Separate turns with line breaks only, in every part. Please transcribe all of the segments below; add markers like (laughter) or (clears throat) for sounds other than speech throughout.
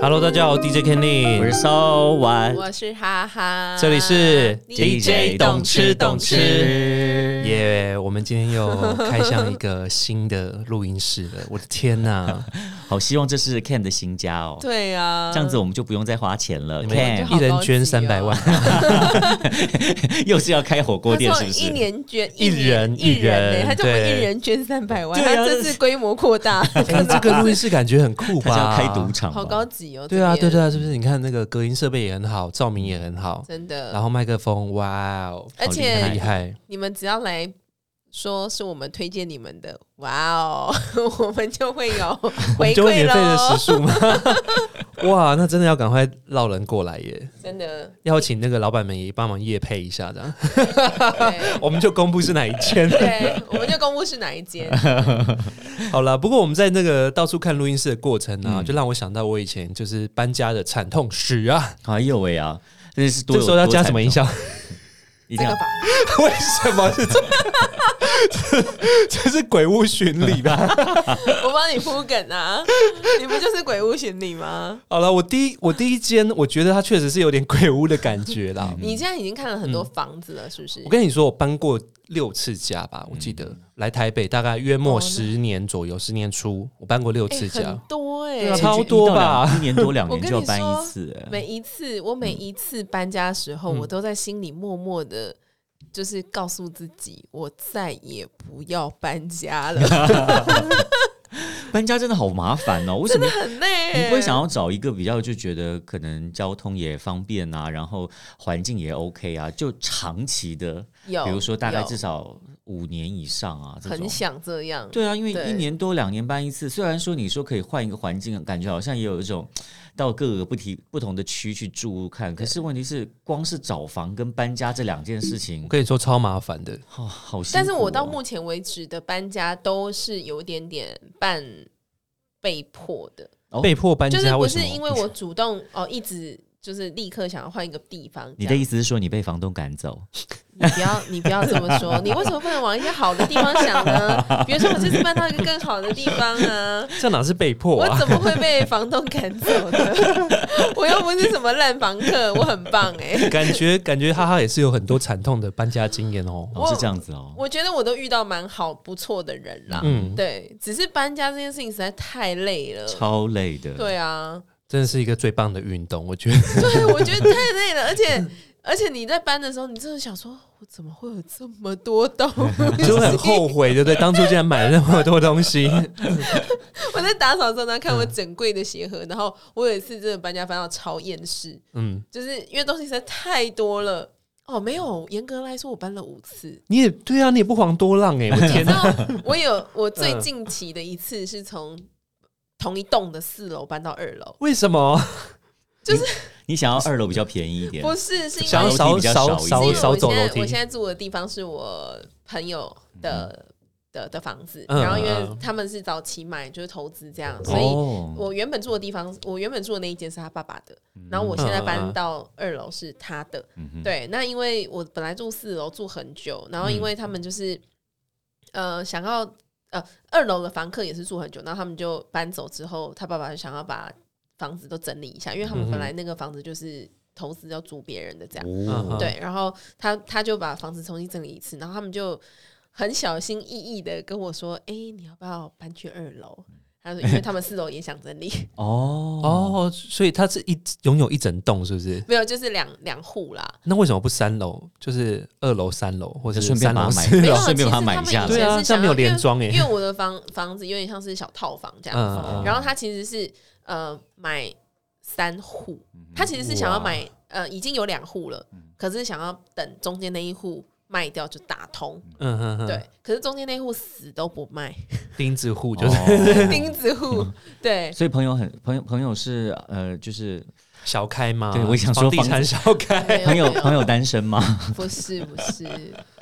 Hello，大家好我，DJ Kenny，
我是收完
我是哈哈，
这里是
啊
DJ 懂吃懂吃。
吃
耶我们今天又开向一个新的录音室了，我的天
(laughs)
呐！
好希望这是 Ken 的新家哦。
对啊，
这样子我们就不用再花钱了。
你们
Ken
一人捐三百万，
(laughs) 又是要开火锅店，是不
他说一
是？
年捐
一人
一
一人
欸他就我
对
一人捐三百万，
对啊
他这次规模扩大，
(laughs) 哎这个录音室感觉很酷
(laughs) 他是
吧？
要开赌。场
好
吗？
高级哦。
对啊，
这
对
边
对，啊，是不是？你看那个隔音设备也很好，照明也很好，
真
然
的。
后麦克风，哇哦，
而
好
厉
且
害！
你们只要来说是我们推荐你们的，哇哦， (laughs) 我们就会
(laughs)
有
我
回
们就会
馈
免费的时
喽。
数吗？哇，那真的要赶快绕人过来耶！
真的，
邀请那个老板们也帮忙夜配一下，这样
对
(laughs) 我们就公布是哪一间。
(laughs)
对，我们就公布是哪
(laughs)
一间。
好了，不过我们在那个到处看录音室的过程啊，
嗯
就让我想到我以前就是搬家的惨痛史啊。
哎呦喂啊！这是多
这
有
时候要加什么音？效？
多惨痛一
这
定
个
要
吧，
(laughs) 为什么是这？这 (laughs) 这是鬼屋巡礼
(laughs)
吧？
我帮你铺梗啊！你不就是鬼屋巡礼吗？
好了，我第一我第一间，我觉得它确实是有点鬼屋的感觉
嗯
啦。
你现在已经看了很多房子了，是不是？
嗯我跟你说，我搬过六次家
嗯
吧，我记得、来台北大概约
哦
莫十年左右，十年初我搬过六
哎
次家。
很多哎、
对啊超多吧
一年多两
我
年
跟
就要
你
搬
说
一次。哎
每一次我每一次搬家的时候，
嗯
我都在心里默默的，就是告诉自己，我再也不要搬家了，
搬家真的好麻烦
(laughs)
哦，为什
真
么
的？很
(laughs)
累、
你不会想要找一个比较就觉得可能交通也方便啊，然后环境也 OK 啊，就长期的，
有，
比如说大概至
有
少五年以上啊，这种
很想这样，
对啊，因为
对
一年多两年搬一次，虽然说你说可以换一个环境，感觉好像也有一
(laughs)
种到各个不提不同的区去住看，可是问题是光是找房跟搬家这两件事情
我，跟你说超麻烦的，
好好辛苦哦、
嗯但是我到目前为止的搬家都是有点点半被迫的，
哦
被迫搬
就
家
是不
为什
是
么？
因为我主动哦，一直就是立刻想要换一个地方。
你
这
的
样
意思是说你被房东赶走？
你不要，你不要这么
(laughs)
说。你为什么不能往一些好的地方想呢？比如说，我这次搬到一个更好的地方
(laughs)
啊，
(laughs) 这哪是被迫
我
啊？
怎么会被房东赶走呢？ (laughs) 我又不是什么烂房客，我很棒哎、
(laughs) 感觉感觉哈哈也是有很多惨痛的搬家经验哦。
哦，
我
是这样子哦。
我觉得我都遇到蛮好不错的人啦。
嗯，
对，只是搬家这件事情实在太累了。
超累的，
对啊，
真的是一个最棒的运动，我
(laughs)
觉得。
对，我觉得太累了，而且而且你在搬的时候，你真的想说，我怎么会有这么多东西？
就很后悔，
(laughs)
对不对？当初竟然买了那么多东西， (laughs)
我在打扫的时候呢，看我
嗯
整柜的鞋盒，然后我有一次真的搬家搬到超厌世，
嗯，
就是因为东西实在太多了。哦，没有，严格来说，我搬了五次。
你也对啊，你也不遑多让哎、
(laughs)
我天
然
哪！嗯
后我有我最近期的一次是从同一栋的四楼搬到二楼，
为什么
你想要二楼比较便宜一点，
不是是因为
想要
楼
少
梯比较
少
少一
是因
少
为
少
我
走
现
楼
在
梯
我？现在住的地方是我朋友的、的的房子，
嗯
然后因
嗯
为
嗯
他们是早期买，就是投资这样，所以
哦，
我原本住的地方，我原本住的那一间是他爸爸的，然后我现在
嗯
搬到二楼是他的。
嗯哼
对，那因为我本来住四楼住很久，然后因为他们就是、呃想要呃二楼的房客也是住很久，然后他们就搬走之后，他爸爸就想要把房子都整理一下，因为他
嗯
们
哼
本来那个房子就是投资要租别人的这样。
哦，
嗯
对，然后他他就把房子重新整理一次，然后他们就很小心翼翼的跟我说：“哎、你要不要搬去二楼？”他说：“因为他们四楼也想整理， (laughs)
哦，
哦，所以它是一拥有一整栋，是不是？
没有，就是两两户啦。
那为什么不三楼？就是二楼、三楼，或者
就是顺便
三
把
楼、
它买
四
没有，
楼？
啊其
顺便
实
把它
他
买
们以
下来
前
对啊
是
这样
想
没有
要因为
连装欸
因为我的房房子有点像是小套房这样子，
嗯嗯
然后他其实是呃买三户，他其实是想要买呃已经有两户了，可是想要等中间那一户卖掉就打通，
嗯哼哼，
对，可是中间那一户死都不
(laughs)
卖，
钉子户
我
就是嗯
(laughs) 钉子户，对，
(laughs)
所以朋友很朋友朋友是呃，就是
小开吗？
对我想说
房地
房
产
子
小
没
开，
朋友
没有
朋友单身吗？
(laughs) 不是不是，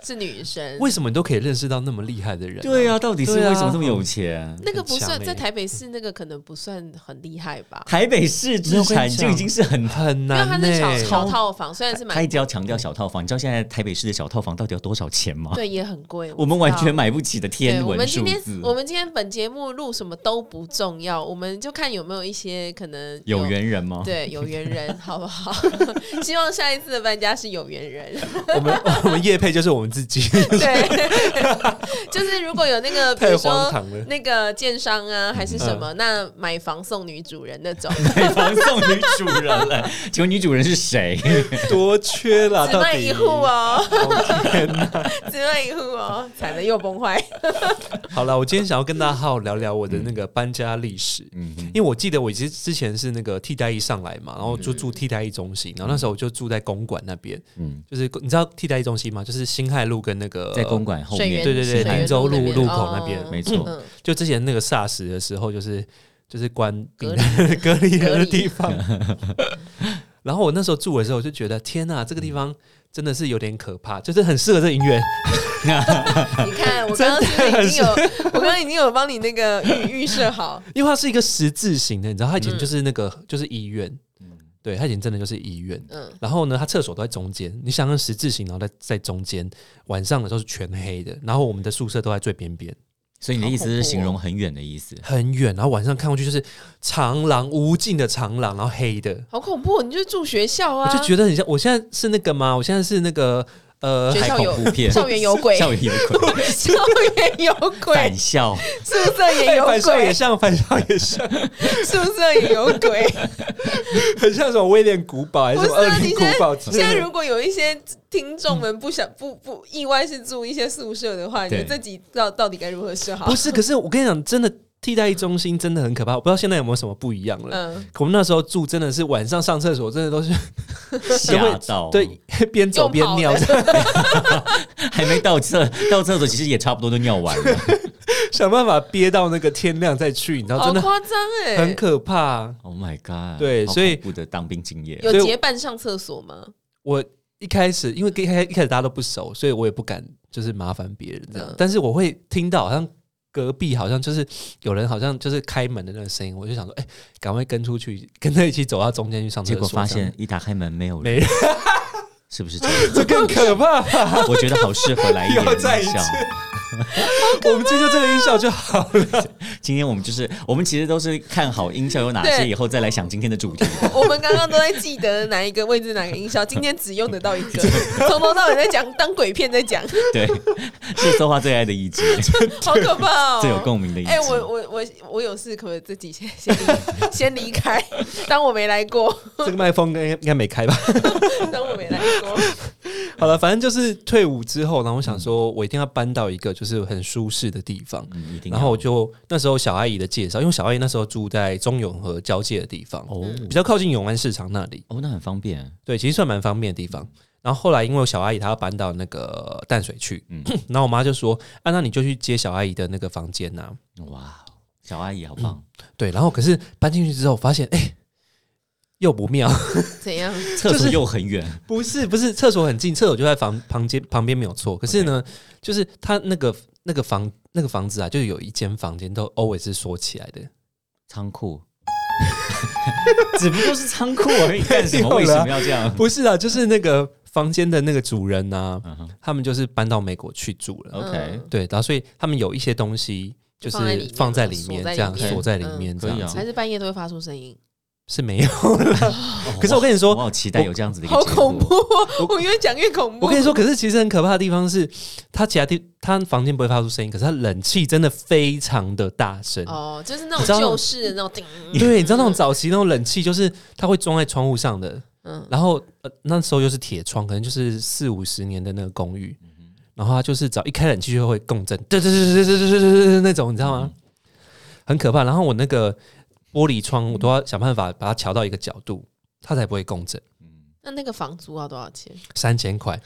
是女生。
为什么你都可以认识到那么厉害的人、
对
啊，
啊，到底是
对啊
为什么这么有钱？
那个不
很强
算
欸
在台北市，那个可能不算很厉害吧。
台北市资产就已经是很。
很
因为他
难呢、
是小
欸。
小套房，虽然是
他一
蛮
直要强调小套房，你知道现在台北市的小套房到底要多少钱
哦
吗？
对，也
(laughs)
很贵。
我们完
知道
全买不起的
对，
天
我
文
们今
数
天
字。
我们今天本节目录什么都不重要，我们就看有没有一些可能
有缘人吗？
对有缘人，好不好？ (laughs) 希望下一次的搬家是有缘人。
(laughs) 我们我们业配就是我们自己，
对，就是如果有那个，比
太
如
荒
说
唐了。嗯
那个建商啊，还是什么，那买房送女主人那种，
买房送女主人了，请问女主人是
(laughs)
谁？
多缺啦，
只
啊到
卖
底
一户哦，
天哪！
(laughs) 只卖一户哦，惨了又崩坏。
好了，我今天想要跟大家好好聊聊我的那个搬家历史。
嗯哼，
因为我记得我其实之前是那个替代役上来嘛，然后就住替代役中心，然后那时候我就住在公馆那边，
嗯，
就是你知道替代役中心吗？就是新海路跟那个
在公，馆后
水
面，
源
对对对
水源
林州路
边
路口那边
哦
没错
嗯
就之前那个 SARS 的时候，就是就是关
隔
隔 (laughs)
离
隔离人
隔
的
离
地方。然后我那时候住的时候，我就觉得天呐，这个地方真的是有点可怕，就是很适合这营员。
(laughs) 你看，我刚刚是不是已经有， (laughs) 我刚刚已经有帮你那个预预设好，
因为它是一个十字形的，你知道，它以前就是那个、就是医院，对，它以前真的就是医院。
嗯，
然后呢，它厕所都在中间，你想象十字形，然后在在中间，晚上的时候是全黑的，然后我们的宿舍都在最边边，
所以你的意思是
好恐怖哦
形容很远的意思。
很远，然后晚上看过去就是长廊，无尽的长廊，然后黑的，
好恐怖！你就是住学校
我
啊，
就觉得很像，我现在是那个吗？我现在是那个呃， (laughs)
学
拍
校有
恐怖片
校园有鬼，
校园有
(laughs)
鬼，
校园有
(laughs)
鬼
返，校，
宿舍也有
反校也
鬼，
像，反校也像，
宿舍也有
(laughs)
鬼。
很像什么威廉古堡还是
不
什
是
么
啊
二
你
零古
现在
堡之
现在
类的。
如果有一些听众们不想不不意外是住一些宿舍的话，你
对
们自己到到底该如何是好
不？是，可是我跟你讲，真的替代中心真的很可怕，我不知道现在有没有什么不一样了。
嗯，
可我们那时候住真的是晚上上厕所，真的都是
吓到，
(laughs) 对， (laughs) 边走边尿，
用
还没到厕到厕所，其实也差不多都尿完了。
想办法憋到那个天亮再去，你知道
好
真的
夸张哎，
很可怕。
Oh my god！
对
好
所以
恐怖的当兵经验，
有
所以
结伴上厕所吗？
我一开始因为一开一开始大家都不熟，所以我也不敢就是麻烦别人这样
嗯，
但是我会听到好像。隔壁好像就是有人，好像就是开门的那个声音，我就想说，哎、赶快跟出去，跟他一起走到中间去上厕
结
所。
果发现
这样
一打开门没有人，
没人， (laughs)
是不是这样？
这更可怕。 (laughs)
我觉得好适合来一点
又再一
音
次
效。
我们接受这个音效就好了。
今天我们就是，我们其实都是看好音效有哪些，
对
以后再来想今天的主题。
我们刚刚都在记得哪一个位置哪个音效，今天只用得到一
(laughs)
个，从头到尾在讲当鬼片在讲，
对， (laughs) 是搜花最爱的
(laughs)
一集，
(laughs) 好可怕哦！
最有共鸣的一集。
哎、我我我我有事，可不可以自己先先离先离开？当我没来过， (laughs)
这个麦克风应该应该没开吧？
当我没来过。
(laughs) 好了，反正就是退伍之后，然后我想说，我一定要搬到一个就是很舒适的地方。
嗯一定要。
然后我就那时候小阿姨的介绍，因为小阿姨那时候住在中永和交界的地方，
哦
比较靠近永安市场那里，
哦，那很方便。
对，其实算蛮方便的地方。然后后来因为我小阿姨她要搬到那个淡水去，
嗯
(clears throat) 然后我妈就说：“啊，那你就去接小阿姨的那个房间呐、
哇，小阿姨好棒，
对，然后可是搬进去之后发现，哎、又不妙， (laughs)
怎样？
(laughs) 厕
就
所
是
又很远，
不是不是，厕所很近，厕所就在房旁间旁边没有错。可是呢就是他那个那个房那个房子啊，就有一间房间都 always 是锁起来的。 (laughs)
仓库。只不过是仓库而已，
(laughs)
干什么？
没
为
有
什
啦
么要这样？
不是啊，就是那个房间的那个主人呐、
嗯哼
他们就是搬到美国去住了。
，OK，
嗯
对，然后所以他们有一些东西就
放在里
是
面
放在里面，
了锁
这
在里
样
面
锁在里
嗯
面这
可以
样
啊
子
还是半夜都会发出声音，
是没有。
哦
可是我跟你
我
说，
好期待有这样子的一个
好
节目
恐怖！哦！ (laughs) 我越讲越恐怖。
我跟你说，可是其实很可怕的地方是，他其他地他房间不会发出声音，可是他冷气真的非常的大声。
哦，就是那
你知道那
种
种
旧式的那种叮，
(laughs) 对，你知道那种早期那种冷气，就是它会装在窗户上的，
嗯，
然后、呃、那时候又是铁窗，可能就是四五十年的那个公寓，
嗯
然后它就是只要一开冷气就会共振，对对对对对对对对对那种，你知道吗？
嗯
很可怕。然后我那个玻璃窗，我都要想办法把它调到一个角度，它才不会共振。
那那那个房租要多少钱？
三千块，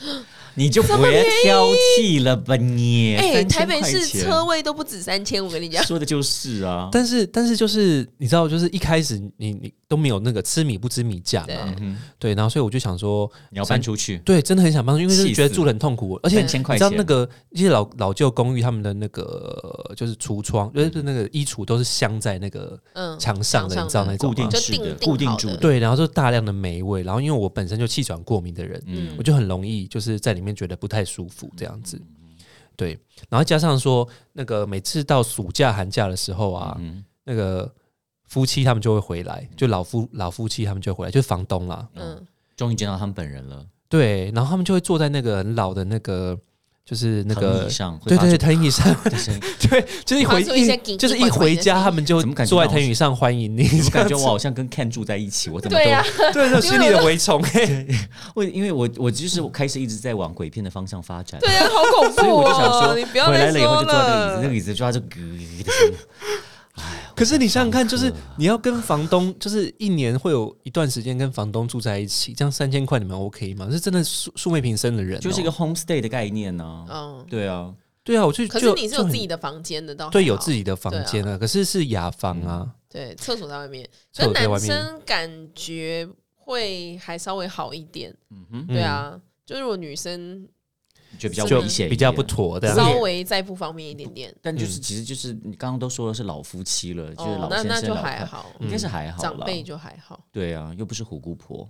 你就不要挑剔了吧你？
哎、
3000
台北市
块钱
车位都不止三千，我跟你讲。
说的就是啊，
但是但是就是你知道，就是一开始你你都没有那个吃米不知米价
对
嘛，
嗯哼，
对，然后所以我就想说，
你要搬出去，
对，真的很想帮助，因为就是
气
觉得
死
住的很痛苦，而且
三千块
你知道
钱
那个一些老老旧公寓他们的那个就是橱窗，
嗯
就是那个衣橱都是镶在那个
嗯，
墙上的，
墙
你知道
上的
那种
固
吗
定
就
式的、
定
固定
好
住
的
的，
对，然后就大量的霉味，然后因为我本身就气喘过敏的人，
嗯
我就很容易就是在里面觉得不太舒服这样子。
嗯
对，然后加上说那个每次到暑假寒假的时候啊，
嗯
那个夫妻他们就会回来，就老夫老夫妻他们就回来，就是房东啦。
嗯，
终于见到他们本人了，
对，然后他们就会坐在那个很老的那个就是那
躺
个
椅。上会
对
发
对，
出
藤椅上，
(laughs)
(laughs)
的声音，
对，就是一
发
回
出一些
一就是一回
叽叽呱呱的声
家，
音
他们就
怎么感觉
坐在
到我
藤椅上欢迎你，
我感
这
觉
样
我
子
好像跟 Ken 住在一起，我怎么
对啊
都
(laughs)
呀、
对，就心里的蛔虫。嘿
(laughs) 我因为我我就是开始一直在往鬼片的方向发展，
对呀、啊好恐
所以
怖
我就想
哦！
说，
你不要
回来
再
了以后
说
就坐在那个椅子，那
了
个。椅子抓着咯的声音。
(laughs) 可是你想想看，就是你要跟房东，就是一年会有一段时间跟房东住在一起，这样三千块你们 OK 吗？是真的素素昧平生的人哦、
就是一个 homestay 的概念呢、
嗯，
对啊，
对啊，我就
可是
就
你是有
就
自
很
己的房间的，倒还
对有
好
自己的房间啊，可是是雅房啊，
对厕所在外面，
厕所在外
男
面
生感觉会还稍微好一点。
嗯哼，
对啊，就如果女生
就比较
就
危险一点，
比较不妥的、
(laughs)
稍
啊。
微再不方便一点点，
但
嗯
就是其实就是你刚刚都说了是老夫妻了，就是
哦
老，
那
先
那
生
就
老
还
太，
好，
嗯
应该是还好
长
啦。
辈就还好。
对啊，又不是虎姑
(laughs)
婆。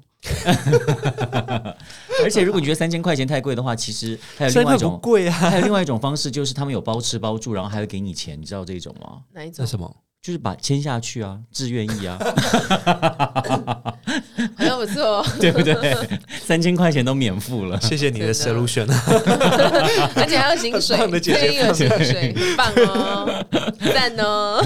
而且如果你觉得三千块钱太贵的话，其实还有
三
另
块
外一
不
种，
贵啊，
还有另外一种方式就是他们有包吃包住，然后还会给你钱，你知道这种吗？
哪一种
那？什么？
就是把签下去啊，自愿意
(laughs)
啊，
好像不错，哦
对不对？三千块钱都免付了。
(laughs) 谢谢你的
(laughs) 真的
solution 啊，
而且还有
(laughs)
薪水，
很棒的姐姐
这也有薪水，很棒哦，赞
(laughs)
哦。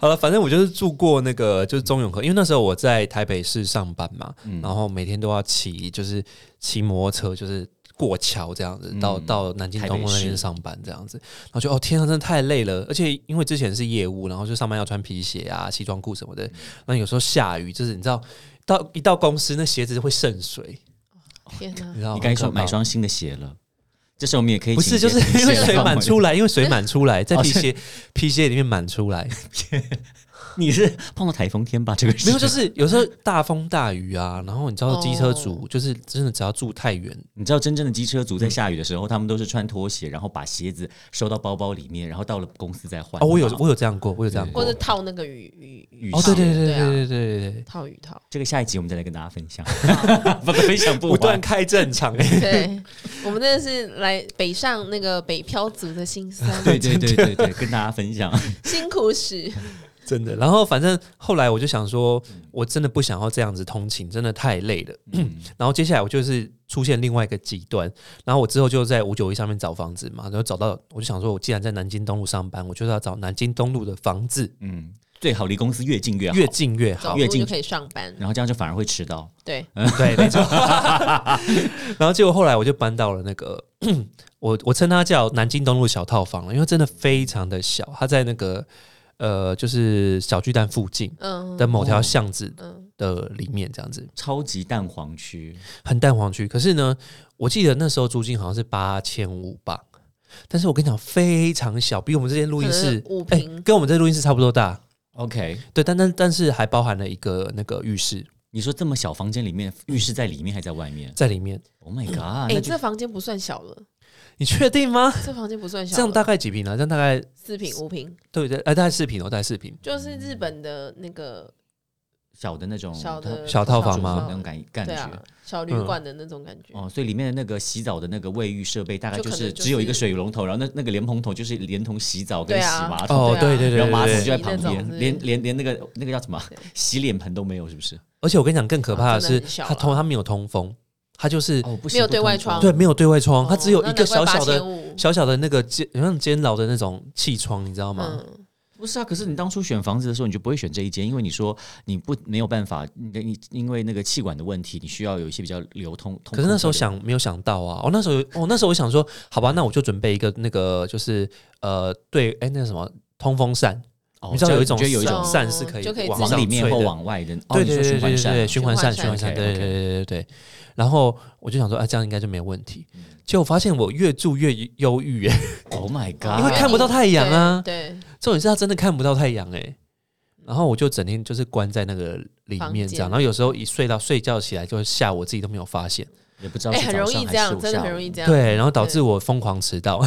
好了，反正我就是住过那个就是中永和，因为那时候我在台北市上班嘛，
嗯
然后每天都要骑就是骑摩托车，就是过桥这样子到、
嗯
到南京东路那
台北市
边上班这样子，然后就哦天啊，真的太累了，而且因为之前是业务，然后就上班要穿皮鞋啊、西装裤什么
嗯
的，那有时候下雨，就是你知道到一到公司那鞋子会渗水，
天哪
你！知道
你该说
很哦可怕
买双新的鞋了，这时候我们也可以
不是，
请
就
一
是
些
因为
新鞋
水
放
满
回
出来，因为水满出来，在
(laughs) 哦
皮
是
鞋皮鞋里面满出来，
(laughs) 你是碰到台风天吧？这个
没有，
事
就是有时候大风大雨啊，然后你知道机车族就是真的只要住太远，
你知道真正的机车族
嗯
在下雨的时候，他们都是穿拖鞋，然后把鞋子收到包包里面，然后到了公司再换。
哦，我有我有这样过，我有这样过
或，者套那个雨雨雨
雨
哦，
套
对对
鞋
对
啊
对对对对对，
套雨套。
这个下一集我们再来跟大家分
(laughs)
享，不分享不
不断
完。
开正常哎，
对，我们真的是来北上那个北漂族的心酸，
(laughs)
对对对对对，跟大家分享。
辛苦史。
(laughs) 真的。然后反正后来我就想说，我真的不想要这样子通勤，真的太累了。 (clears throat) 然后接下来我就是出现另外一个极端，然后我之后就在五九一上面找房子嘛，然后找到我就想说，我既然在南京东路上班，我就是要找南京东路的房子，
嗯，最好离公司越近越好，
越近越好
走。
越
路
近
就可以上班。
然后这样就反而会迟到。
对，
对，没错。 (laughs) 然后结果后来我就搬到了那个，我我称它叫南京东路小套房了，因为真的非常的小，它在那个呃，就是小巨蛋附近
嗯
的某条巷子
嗯，
的里面，这样子
超级蛋黄区，
很蛋黄区。可是呢，我记得那时候租金好像是八千五吧。但是我跟你讲，非常小，比我们这间录音室
可能五
哎
平
跟我们这录音室差不多大。
OK，
对，但但但是还包含了一个那个浴室
你说这么小房间里面，浴室在里面还在外面
在里面，
？Oh my god！
哎、
那就
这房间不算小了，
你确定吗？
这房间不算小
这样大概几平啊？这样大概
四平五平，
对对，呃，大概四平哦，大概四平。
就是日本的那个
小的那种
小的
小哦套房吗
那种感感
对
觉。
啊，小旅
嗯
馆的那种感觉。
哦，所以里面的那个洗澡的那个卫浴设备，大概
就可
就
能
是
就
只有一个
是
水龙头，然后那那个莲蓬头就是连同洗澡跟
对
洗
啊
马桶，
哦，
对啊
对对对
然后马桶
对
就
对。
在
洗
旁
那种
边，
是
连连连那个那个叫什么
对
洗脸盆都没有，是不是？
而且我跟你讲，更可怕的
啊真
是
的很，小啦
它通它没有通风，它就是
哦，不
没有对外窗
对没有对外窗，它只有
哦
一个小小，
那难
的
怪8500
小小的那个监，好像监牢的那种气窗，你知道吗？
嗯，
不是啊。可是你当初选房子的时候，你就不会选这一间，因为你说你不没有办法，你的你因为那个气管的问题，你需要有一些比较流通。通
可是那时候
风的流
想没有想到啊，哦，那时候有哦，那时候我想说，好吧，那我就准备一个那个就是呃，对，哎，那个什么通风扇，
哦
你知道有一种
就就有一种
手
扇是可以
就可以
往
自
上
往里面
吹
或
的
往外的，哦
对
你
对
说
对
循
对
环
对
扇啊
对，循环扇，
循环
循环扇，
扇
OK，
对对
OK
对对对。然后我就想说，啊，这样应该就没问题。
嗯
结果发现我越住越忧郁，哎，
，Oh my
因为
God！
看不到太阳啊
对，对
重点是他真的看不到太阳，哎。然后我就整天就是关在那个里
房
面
间
这样，然后有时候一睡到睡觉起来就下午，我自己都没有发现，
也不知道
哎、
是
很
早
容
上
易
还
这
是
样，
午
真的很
觉
容易这样。
对，然后导
对
致我疯狂迟到，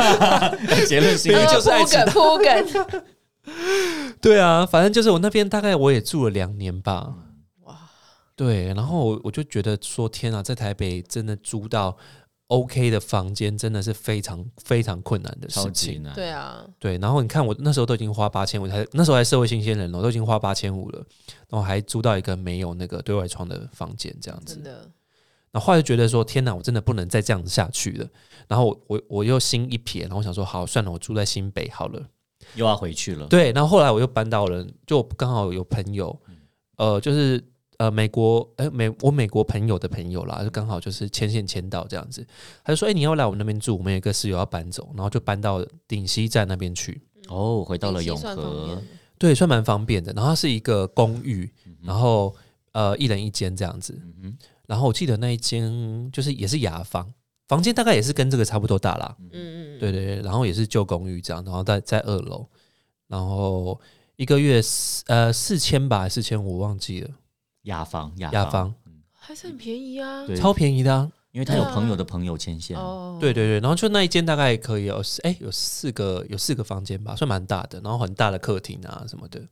(laughs) 结论是因为
(laughs)
明明
啊，
就是爱
铺
迟
梗铺
(laughs)
梗，
(laughs) 对啊，反正就是我那边大概我也住了两年吧。
哇，
对，然后我我就觉得说，天啊，在台北真的租到 OK 的房间，真的是非常非常困难的
超
事
级
情。
难，
对啊，
对，然后你看我那时候都已经花八千五，才那时候还社会新鲜人了，哦我都已经花八千五了，然后还租到一个没有那个对外窗的房间，这样子。
真的，
然后后来就觉得说，天哪，我真的不能再这样子下去了。然后我我我又心一撇，然后我想说，好，算了，我住在新北好了。
又要回去了。
对，然后后来我又搬到了，就刚好有朋友，呃，就是呃美国，哎、美我美国朋友的朋友啦，就刚好就是牵线牵到这样子，他就说，哎、你要来我们那边住，我们有一个室友要搬走，然后就搬到顶溪站那边去，
哦，回到了
定期
永
算方
和
便，嗯
对，算蛮方便的。然后它是一个公寓，然后呃一人一间这样子，
嗯哼
然后我记得那一间就是也是雅房，房间大概也是跟这个差不多大啦，
嗯嗯，
对对对，然后也是旧公寓这样，然后在在二楼，然后一个月四呃四千吧，四千我忘记了，
雅芳，
雅
雅
房
芳，
还是很便宜啊。
对，
超便宜的、啊，
因为他有朋友的朋友牵线，
哦，
对对对，然后就那一间大概可以有哎有四个有四个房间吧，算蛮大的，然后很大的客厅啊什么的，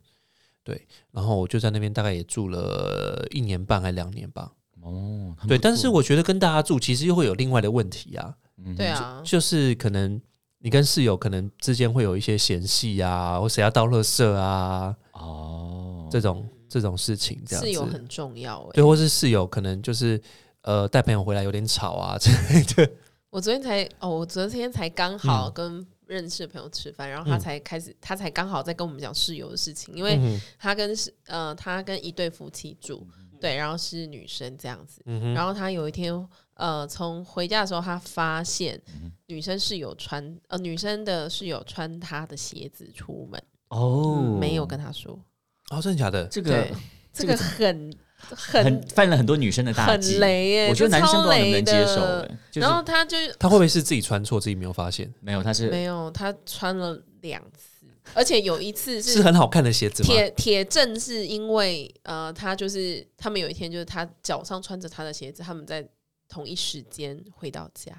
对，然后我就在那边大概也住了一年半还两年吧，
哦，他们
对，
不
但是
错
我觉得跟大家住其实又会有另外的问题啊，
嗯
对啊，
就是可能。你跟室友可能之间会有一些嫌隙啊，或谁要倒垃圾啊，
哦，
这种这种事情，这样
室友
子，
很重要哎、
对，或是室友可能就是呃带朋友回来有点吵啊之类的，
我昨天才哦，我昨天才刚
嗯
好跟认识的朋友吃饭，然后他
嗯
才开始，他才刚好在跟我们讲室友的事情，因为
嗯
他跟是呃，他跟一对夫妻住，对，然后是女生这样子，
嗯哼，
然后他有一天呃，从回家的时候，他发现女生室友穿呃，女生的室友穿他的鞋子出门，
哦，
嗯没有跟他说，
哦，真的假的？
这个
对，这个很很
很犯了很多女生的大
很
忌，
雷耶，
我觉得
这
男生
超
不知道能不
雷
能接受
的。
欸，就是
然后他就
他会不会是自己穿错，自己没有发现？
没有，他是
没有，他穿了两次，而且有一次
是很好看的鞋子吗？
铁铁证是因为呃，他就是他们有一天就是他脚上穿着他的鞋子，他们在同一时间回到家，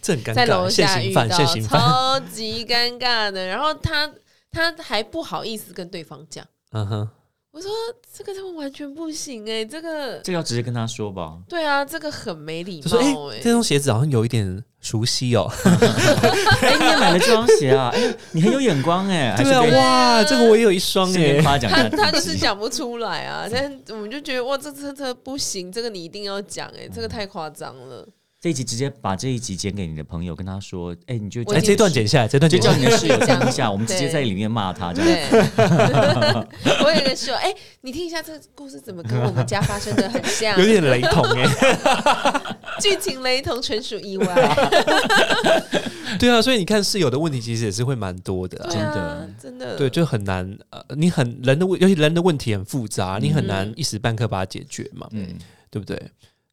这很尴
在楼
尬，现
下
行
遇
犯，
到，
现行犯，
超级尴尬的。然后他他还不好意思跟对方讲，
嗯哼，
我说这个他们完全不行哎、这个
这个要直接跟他说吧， (laughs)
对啊，这个很没礼
就说哎
貌哎、，
这双鞋子好像有一点熟悉哦，
哎，你也买了这双鞋啊，哎，你很有眼光哎，
对
还顺便
啊，哇，这个我也有一双
顺
哎
便，夸奖
他
一
他
下
就
自
是
己，
讲不出来啊， (laughs) 但我们就觉得哇，这这这不行，这个你一定要讲哎、这个太夸张了。
这一集直接把这一集剪给你的朋友，跟他说，哎，你就
我
哎，
已
这
经
段剪下来，这段
就
剪下
叫
来，
你的室友听一下，
对
我们直接在里面骂
啊
他这样。
对， (laughs) 我有一个室友，哎、你听一下这个故事怎么跟我们家发生的很 (laughs) 像，
有点雷同哎。
剧情雷同，纯属
(laughs)
意外。
对啊，所以你看室友的问题其实也是会蛮多的啊，
对啊，真的，
对，就很难呃，你很人的问，尤其人的问题很复杂，你很难
嗯
一时半刻把它解决嘛，
嗯，
对不对？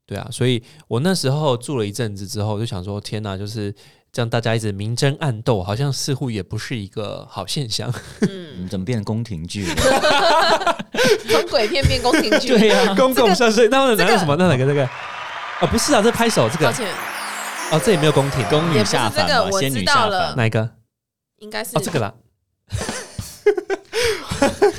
对啊，所以我那时候住了一阵子之后，就想说，天哪，就是这样，大家一直明争暗斗，好像似乎也不是一个好现 (laughs) 象。
你嗯怎么变成宫廷剧了？
嗯从鬼片变宫廷剧，
对
(laughs)
呀，
公共上是那哪
这
有
个
什么？那哪啊个这个？啊，不是啊，这拍手这个
抱歉，
哦，这也没有宫廷，
宫
也
女
不是
下凡
这个
嘛，
我
仙女
知
下凡
道了。
哪一个？
应该是
哦，这个啦，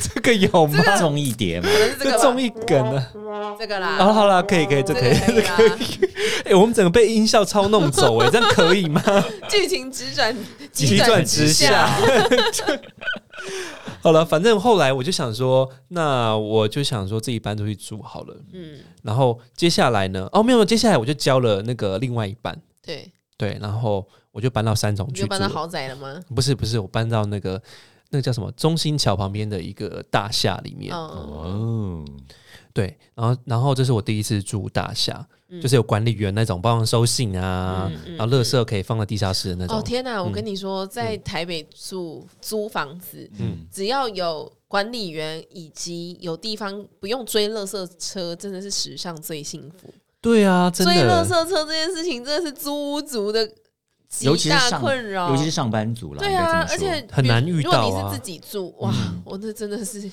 这个有吗？
综艺碟嘛，
可能是这个
这
吧
综艺梗啊！
这个啦，
好了好了，可以可以，这
这个
可以
可
这
以啦
可 (laughs) 以。哎，我们整个被音效操弄走哎，这样可以吗？ (laughs)
剧情直转，
急转直下。 (laughs) 好了，反正后来我就想说，那我就想说自己搬出去住好了。
嗯，
然后接下来呢？哦，没有，没有，接下来我就交了那个另外一半，
对，
对，然后我就搬到三重
你
去
就
住
搬到
了。
豪宅了吗？
不是不是，我搬到那
哦
个那个叫什么中心桥旁边的一个大厦里面。
嗯，
哦，
对，然后然后这是我第一次住大厦，
嗯
就是有管理员那种帮忙收信啊，
嗯嗯
然后垃圾可以放到地下室的那种。嗯
哦天哪！我跟你说，在台北住租房子，
嗯
只要有管理员以及有地方不用追垃圾车，真的是史上最幸福。
对啊，真
追垃圾
的。
车这件事情真的是租屋族的极
尤其是
大
上
困扰，
尤其是上班族啦，
对
应该这
啊
么，说
而且
很难遇到啊嗯
如果你是自己住，哇，我那真的是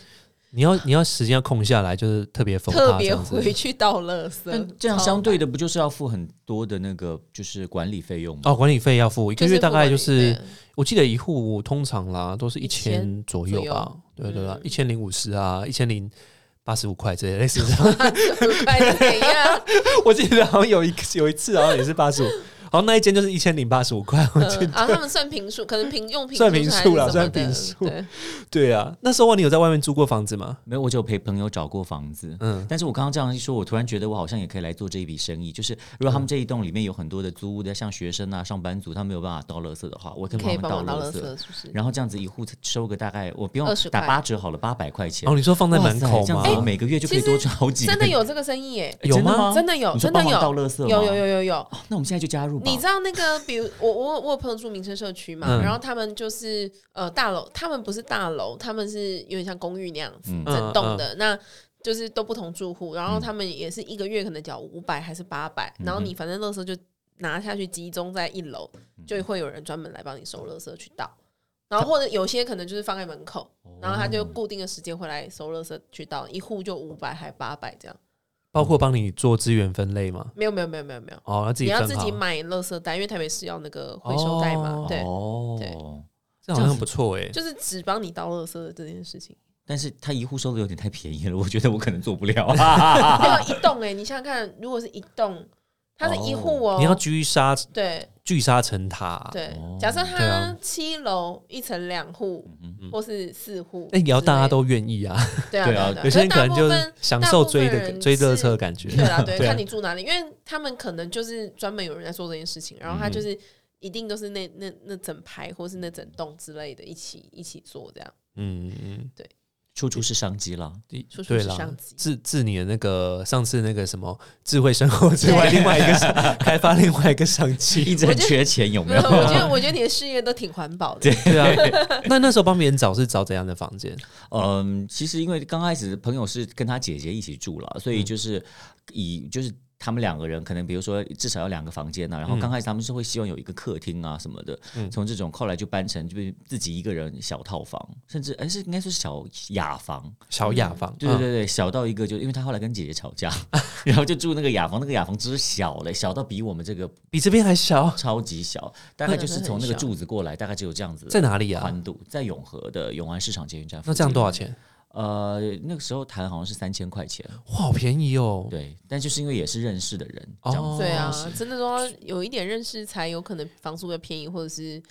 你要你要时间要空下来，就是特别疯
特
他这
别
样子。
回去倒垃圾
但，这样相对
的
的不就是要付很多的那个就是管理费用吗？
哦，管理费要付一个月，大概就是
对
我记得一户通常啦都是一千
1000
左右吧，对对对
嗯，
一千零五十啊，一千零八十五块之类的类似这样。 (laughs)
很快就怎样？
我记得好像有一个有一次好像也是八十五，好像那一间就是一千零八十五块， (laughs) 我记得。
嗯啊，他们算平数，可能平用平
算平数啦
啦，
算平数
对
(laughs) 对啊，那时候你有在外面租过房子吗？
没有，我就有陪朋友找过房子。
嗯，
但是我刚刚这样一说，我突然觉得我好像也可以来做这一笔生意。就是如果他们这一栋里面有很多的租屋的，像学生啊、上班族，他没有办法倒垃圾的话，我可以
可以
帮
帮
他
忙
们
倒垃
垃
圾，
圾。
是不是？
然后这样子一户收个大概，我不用
20
打
块
八折好了，八百块钱。
哦，你说放在
哇
门
塞
口
这样
吗
子？哎
哎
我每个月就可以
其实
多赚好几个。
真的有这个生意耶，
哎真的
有吗
真的有，
你说
真的
帮
有，
忙倒垃圾吗哦
有有有有有。
那我们现在就加入吧。
你知道那个，比如我我我有朋友住民生社区嘛，
嗯
然后他们就是呃大楼，他们不是大楼，他们是有点像公寓那样子
嗯
整栋的，那就是都不同住户，然后他们也是一个月可能缴五百还是八百、
嗯
然后你反正垃圾就拿下去集中在一楼，
嗯
就会有人专门来帮你收垃圾
(laughs)
去倒，然后或者有些可能就是放在门口，
哦
然后他就固定的时间会来收垃圾去倒，一户就五百还八百这样，
包括帮你做资源分类吗？
没有没有没有没有没有。
哦，要自
你
己
要
分
自
好
己，买垃圾袋，因为台北市要那个回收袋嘛，
哦
对，对
哦，
这好像不错哎。
就是只帮你倒垃圾的这件事情，
但是他一户收的有点太便宜了，我觉得我可能做不了。
(laughs)
啊
没有一栋哎、你想想看，如果是一栋，它是一户哦、
你要聚沙
对
聚沙成塔，
对
哦，
假设
对
它
啊
七楼一层两户
嗯嗯
或是四户之类的，
那哎也要大家都愿意啊。
对啊
对
对
啊
啊，对啊
(laughs) 有些人可能就
可是大部
是
分
享受追
大部分
的
人
追热
是
车的感觉。
对啦对，
对啊
看你住哪里，因为他们可能就是专门有人在做这件事情，然后他
嗯
就是一定都是那那那整排或是那整栋之类的一起一起做这样，
(laughs) 嗯嗯，
处处是商机
(laughs)
啦。
嗯
说出
对
是
啦
上，级
治治你的那个上次那个什么智慧生活之外，另外一个是开发另外一个商
一
(laughs)
机。
直很缺钱，有没
没有，
有？
(laughs) 我觉得我觉得你的事业都挺环保的，
对啊，那那时候帮别人找是找怎样的房间？
嗯，其实因为刚开始朋友是跟他姐姐一起住了，所以就是以就是。他们两个人可能，比如说至少要两个房间呐、然后刚开始他们是会希望有一个客厅啊什么的，从这种后来就搬成就是自己一个人小套房，甚至哎是应该说是小雅房，
小雅房。
嗯
嗯
对对对对，小到一个就因为他后来跟姐姐吵架， (laughs) 然后就住那个雅房，那个雅房只是小嘞，小到比我们这个
嗯，比这边还小，
超级小，大概就是从那个
真的很小
柱子过来，大概只有这样子
(laughs) 在
的
哪里啊？
宽度，在永和的永安市场捷运站。
那这样多少？钱？
呃，那个时候谈好像是三千块钱，
哇，好便宜哦！
对，但就是因为也是认识的人，这样子。
哦
对啊，真的说有一点认识才有可能房租会便宜，或者是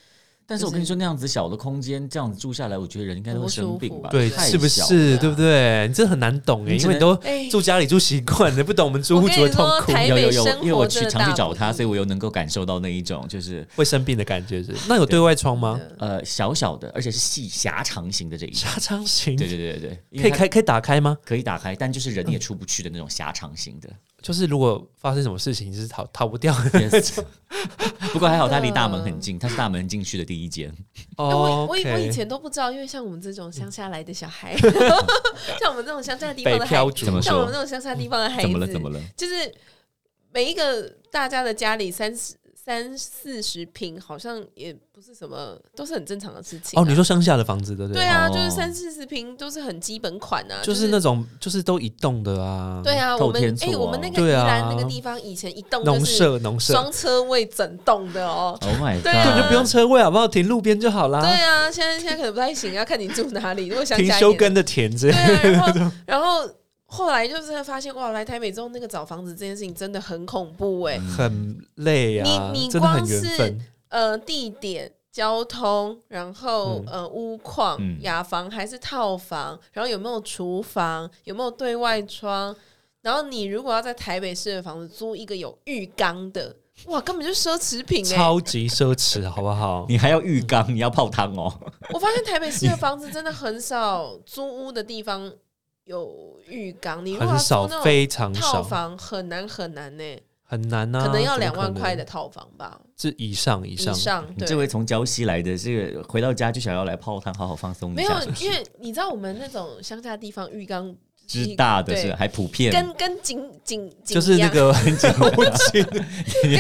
但是我跟你说，那样子小的空间，这样子住下来，我觉得人应该都会生病吧？
对，
啊太
哎是不
小
是？
了
对不对？你这很难懂哎，
你
因
只
为
能
你都
哎
住家里住习惯了，不懂我们租屋族的痛
我跟你说
苦，
台
有
北
有有
生，
因为我
活
去
真的
常去
大
找
不
他，所以
易
我又能够感受到那一种就是
会生病的感觉是不是。那有对外窗吗？
呃小小的，而且是细狭长型的这一种。
狭长型
对对对对对，
可以
因为它
开可以打开吗？
可以打开，但就是人也出不去的那种狭长型
(laughs)
的。
就是如果发生什么事情是逃逃不
(laughs)
掉
哎
的
Yes 不过还好，它离大门很近，它是大门进去的第一间。
哎我
哦
我
OK
我以前都不知道，因为像我们这种乡下来的小孩，
(laughs)
(laughs) 像我们这种乡下地方
北
的孩
漂
子，
族
怎么
像我们
说
这种乡下地方的孩
怎么了？怎么
(laughs)
子，
了？
就是每一个大家的家里三十三四十平，好像也不是什么，都是很正常的事情啊。
哦，你说乡下的房子对不对？
对啊，
哦
就是三四十平都是很基本款啊，
就是那种就是都一栋的啊，
对啊，我
透
们
天
哎、
厝
我们
啊
那个宜
对啊
兰那个地方以前一栋
农
就是
舍农舍
双车位整栋的哦。
Oh my god！
对啊
根本就不用车位好不好？停路边就好
对
啦，
啊，现在现在可能不太行，要看你住哪里。如果想
停休耕的田这
对
样。
啊，然后然后后来就是发现哇，来台北之后那个找房子这件事情真的很恐怖哎、
很累啊，
你你
真的很
光
缘
是
分。
呃，地点、交通，然后、呃，屋况
嗯、
雅房还是套房，然后有没有厨房，有没有对外窗，然后你如果要在台北市的房子租一个有浴缸的，哇，根本就奢侈品哎、
超级奢侈，好不好？
你还要浴缸，你要泡汤哦。
我发现台北市的房子真的很少租屋的地方有浴缸，你如果要
很少
住那，种
非常
套
少，
房很难很难呢、
很难呐、啊，
可能
怎么
要两万
能
块的，套房吧，
这以上以
以
上，
上
你这
对。
位从礁西来的，这个回到家就想要来泡汤，好好放松一
没有
下，，
因为你知道我们那种乡下地方浴缸
之大的是
对
还普遍，
跟跟井井井
就是
一
那
样
个 (laughs) 讲不清，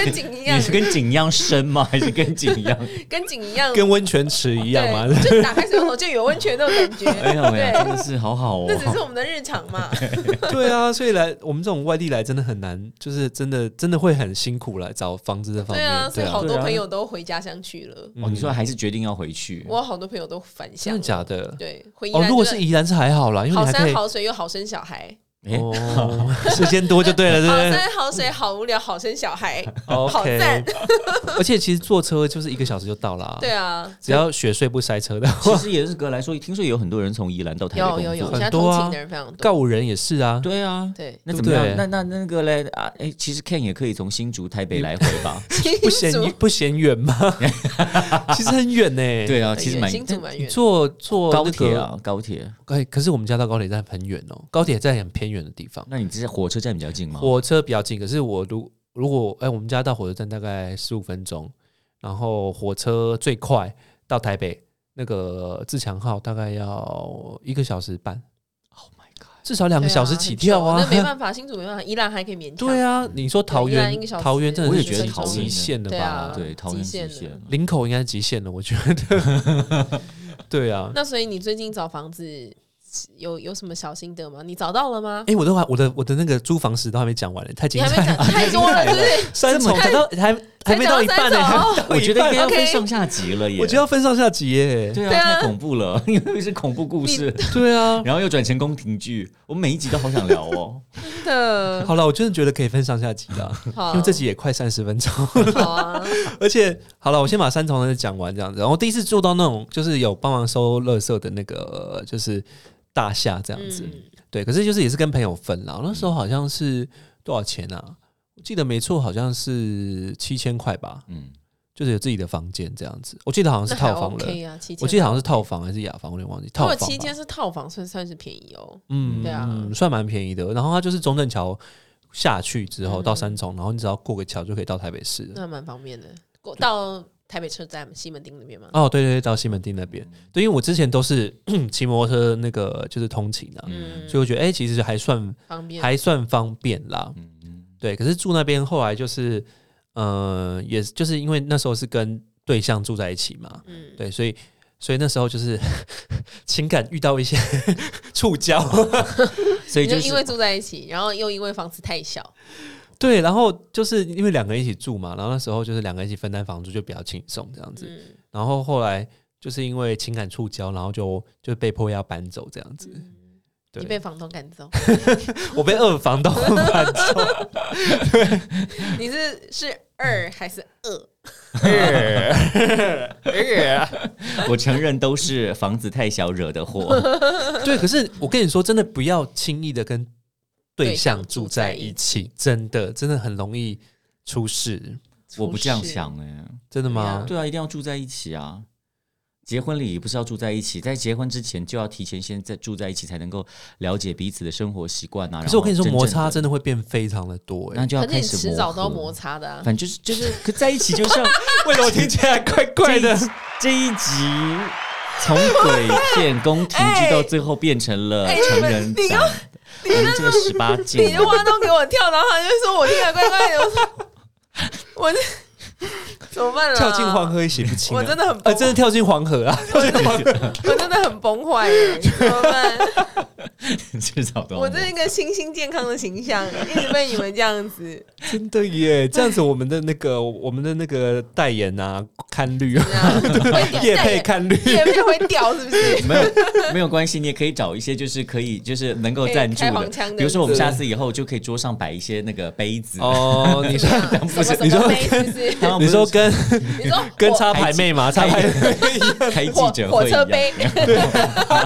跟井一样
你，是跟景一样深吗？ (laughs) 还是跟景一样？
跟井一样，
跟温泉池一样哎嘛。
(laughs)
(laughs)
对，就打开水龙头就有温泉那种感觉，
没有没有，真
(laughs) 对，
的是好好
这只是
哦。
我们的日常嘛。
(laughs) 对啊，所以来我们这种外地来真的很难，就是真的真的会很辛苦来找房子这方
对啊，
面。
所
对
以好
啊，嗯
多朋友都回家乡去了，
哦，你说还是决定要回去？
我有好多朋友都返
真
乡了。
的假的？
对，回宜
哦，
兰
如果
就是
宜兰是还好啦，因为
好
你还可
山
以
好水又好生小孩，
哎，
哦，时间多就对了，对
好
不对
山好水好无聊，好生小
(laughs)
孩，好赞
？OK，。而且其实坐车就是一个小时就到了，
对，啊，
只要雪隧不塞车的
其
话，
实也是格来说，听说也有很多人从宜兰到台北
有
工
有
作。
有，
很
现在
多
通
啊
勤的人非常多。
告五人也是啊，
对啊，
对，
那
对
怎
不
么样
对？
那那那个嘞啊，哎，其实 Ken 也可以从新竹、台北来回吧？
(laughs) 不嫌
新竹
不嫌远吗？其实很远呢、，
(laughs) 对啊，
对
其实蛮
新竹蛮
你
远，
坐坐
高
那
铁
个，
啊，高铁。
哎，可是我们家到高铁站很远哦，高铁站很偏远的地方，
那你这火车站比较近吗？
火车比较近。可是我如如果哎，我们家到火车站大概十五分钟，然后火车最快到台北那个自强号大概要一个小时半，
Oh my god！
至少两个
对啊
小时起跳
很
啊 (laughs)
久那。没办法，新竹没办法，宜兰还可以勉强。
对啊，你说桃
对宜兰一
园
个小，时
桃园真的
我
是
也觉得桃园
极限了
对啊
吧？
对，桃园
极限
极
了
限了。
林口应该是极限了，我觉得。 (laughs) 对啊，
那所以你最近找房子有有什么小心得吗？你找到了吗
哎、？我都还我的我的那个租房史都还没讲完呢，太
你
精
还没
彩
讲
了。
太多了，
(laughs)
是不是？
三重才到还还没到一半呢、
才讲
还没到
到三
一半
我觉得应该要
OK
分上下集了耶。
啊我觉得要分上下集耶、
对
对啊
啊，太恐怖了，因为是恐怖故事，
对 (laughs) 啊，
然后又转成宫廷剧，我每一集都好想聊
(laughs)
哦。
真 (laughs) 的
好了，我真的觉得可以分上下集了，(laughs)
哦 (laughs) 好，
因为这集也快三十分钟， (laughs)
好啊，
而且好了，我先把三重的讲完这样子。然后第一次住到那种就是有帮忙收垃圾的那个呃就是大厦这样子，
嗯
对，可是就是也是跟朋友分啦。那时候好像是多少钱啊？我记得没错，好像是七千块吧，
嗯，
就是有自己的房间这样子。我记得好像是套房了，
那还 OK 啊，七千。
我记得好像是套房还是雅房，我有点忘记。
如
套
果
房
七间
吧，
是套房，算算是便宜哦。
嗯，
对啊
嗯算蛮便宜的。然后它就是中正桥下去之后
嗯
到三重，然后你只要过个桥就可以到台北市了。
那蛮方便的。过到台北车站西门町那边吗？
哦，对对对，到西门町那边。
嗯
对，因为我之前都是 (clears throat) 骑摩托车那个就是通勤啊，
嗯，
所以我觉得哎、其实还算
方便。
还算方便啦。
嗯
对，可是住那边后来就是，呃，也是就是因为那时候是跟对象住在一起嘛，
嗯，
对，所以所以那时候就是 (laughs) 情感遇到一些 (laughs) 触
(laughs)
礁，
所以
你就
就
因为
是
住在一起，然后又因为房子太小，
对，然后就是因为两个人一起住嘛，然后那时候就是两个人一起分担房租就比较轻松这样子，
嗯，
然后后来就是因为情感触礁，然后就就被迫要搬走这样子，
嗯你
对，
被房东赶走， (laughs)
我被二房东 (laughs) 搬走，
你是是二还是二？
哎
(laughs) 我承认都是房子太小惹
(laughs)
的祸。
对，可是我跟你说，真的不要轻易的跟对
对
象
象
住
住
在
在一
一起，真的真的很容易出事，
我不这样
出事，
想哎。
真的
对
吗
啊？
对啊，一定要住在一起啊。结婚礼仪不是要住在一起，在结婚之前就要提前先在住在一起，才能够了解彼此的生活习惯啊。
可是我跟你说，
然后
摩
真正
擦
的
真的会变非常的多、欸，
那就要
反正
开
你
始
迟早都要
合
摩。擦
(laughs)
的啊。
反正就是就是，可在一起就像
(laughs) 为什么听起来怪怪的？
这一集从鬼片宫廷剧到最后变成了成人
哎
版，我们这个十八
你
禁
就挖洞给我跳，然后他就说我听起来怪怪的，我说 (laughs) 我这 (laughs) 怎么办啊？
跳进黄河也洗不清、啊，
我真的很
呃，真的跳进黄河 (laughs) 啊！
我真的很崩坏耶，怎么办？
至少都要
我这一个清新健康的形象，一直被你们这样子，
真的耶，这样子我们的那个我们的那个代言啊，看绿啊，
这样会
(laughs) 叶配看绿，啊
叶配会掉是不是？
没有没有关系，你也可以找一些就是可以就是能够赞助
可以开
的
黄腔，的
比如说我们下次以后就可以桌上摆一些那个杯子。
哦，你
(laughs)
说
什么什
你
么
说
杯是不是？
刚刚不
你
是
说跟
你说
(laughs) 跟
火
插牌妹嘛，插
哎
牌妹
开记
火
者
火
会一
车
样，
杯，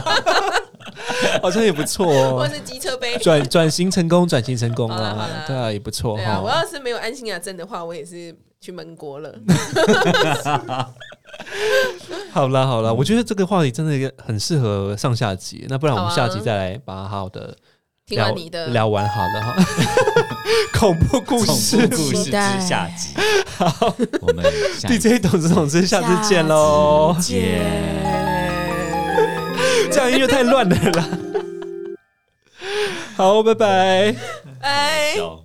(laughs) 好像也不错
或
哦。
是机车
(laughs)
杯。
转转型成功，转型成功
好啦好啦
啊，对啊，也不错
对啊，我
哈。
要是没有安心雅症的话，我也是去门国了。
好啦好
嗯
啦，我觉得这个话题真的很适合上下集，那不然我们
好啊
下集再来把它好好的
听
聊
完你的，
聊完好了哈。 (laughs) 恐怖故事
恐怖故事之
期待
下集，我们下一集
，DJ 董事董事，下次见喽
下。次见。
(laughs) 这样音 (laughs) 乐太乱了啦。好，拜拜。
哎。
笑